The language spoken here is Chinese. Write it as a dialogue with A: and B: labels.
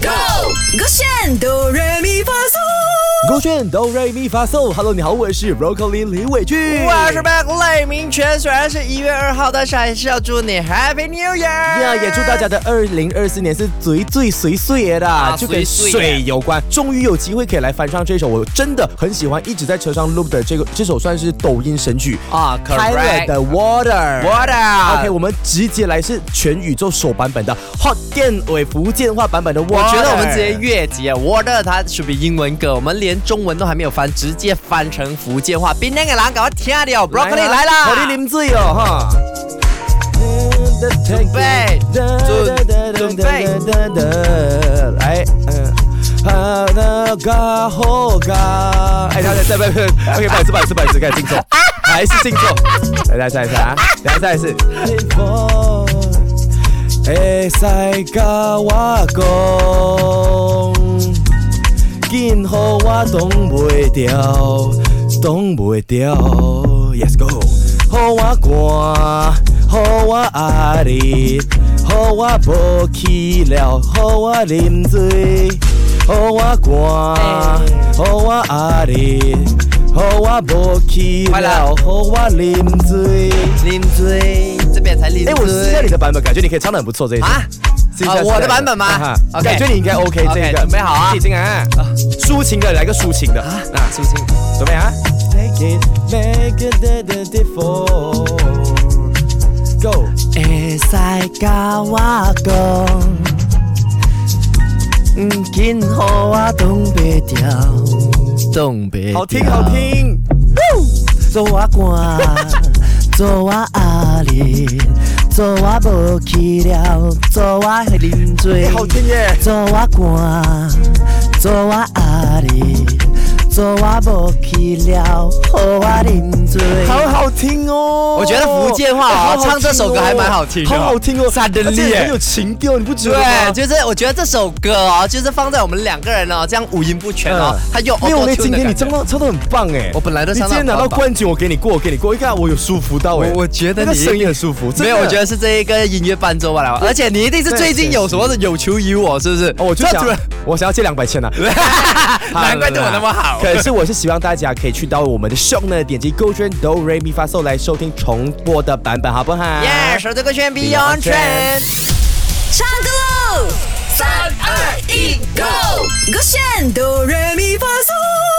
A: Go，勾选哆来咪发嗦。
B: 勾选哆瑞咪发嗦，Hello，你好，我是 Broccoli 李伟俊，
C: 我是 Mac 赖明全，虽然是一月二号，但是还是要祝你 Happy New Year！
B: 呀也祝大家的二零二四年是最最随岁的，
C: 啊
B: 就跟
C: 随
B: 水有关。终于有机会可以来翻唱这首我真的很喜欢，一直在车上 loop 的这个这首算是抖音神曲
C: 啊
B: Tyler 的 Water。
C: Water。
B: OK，我们直接来是全宇宙首版本的 Hot 电尾福建话版本的 Water。
C: 我觉得我们直接越级啊，Water 它属于英文歌，我们连中文都还没有翻，直接翻成福建话。冰天给狼搞我听掉，Broccoli 来啦！
B: 我的林子哟哈。准
C: 备准准备，
B: 来，嗯。啊，那嘎吼嘎！哎，他在在在在，OK，不好意思，不好意思，不好意思，该静坐，还是静坐，来来再一次啊，来再一次。哎，塞嘎我讲。紧予我挡袂牢，挡袂牢。Yes go，予我寒，予我压力，予我无气了，予我啉醉，予我寒，予我压力，予我无气
C: 快
B: 了，
C: 了
B: 予我啉醉。
C: 林追，这边才林追。
B: 哎，我试一下你的版本，感觉你可以唱的很不错这一首。
C: 啊
B: 试一下
C: 啊
B: 试一下
C: 我的版本吗
B: 啊哈
C: OK
B: 感觉你应该 OK 这
C: OK，
B: 个。
C: 准备好啊
B: 自己进来啊，抒情的来个抒情的啊，
C: 啊，是不是？
B: 准备啊。Take it, make it the the the four. Go.
C: 会使甲我讲，唔紧，予我挡袂牢，挡袂牢
B: 好听好，听，
C: 做我汗，做我压力，做我无气了，做我啉醉
B: 哎，好听耶！
C: 做我汗，做我压力，做我无气了，予我啉醉。
B: 好好听哦。
C: 我觉得福建话啊
B: 好好听哦
C: 唱这首歌还蛮好听的
B: 好好听哦，
C: Suddenly
B: 而且
C: 耶
B: 很有情调，你不觉得吗
C: 对，？就是我觉得这首歌哦，就是放在我们两个人哦，这样五音不全哦，
B: 嗯
C: 它又
B: 没有嘞，今天你
C: 真
B: 唱到唱的很棒哎！
C: 我本来都
B: 你
C: 唱
B: 今
C: 到
B: 天拿到
C: 很棒
B: 冠军，我给你过，我给你过。你看我有舒服到哎，
C: 我我觉得
B: 那个
C: 你
B: 声音很舒服。真的
C: 没有，我觉得是这一个音乐伴奏罢了，而且你一定是最近有什么的有求于我，是不是？
B: 哦，我就
C: 这
B: 想
C: 突然，
B: 我想要借两百千啊呢。
C: 难怪对我那么好。
B: 可是我是希望大家可以去到我们的 show 呢，点击勾选 Do Re Mi Fa So 来收听重播的版本，好不好？
C: 耶，首这个圈 Beyond Trend。
A: 唱歌喽！三二一，Go！勾选哆来咪发嗦。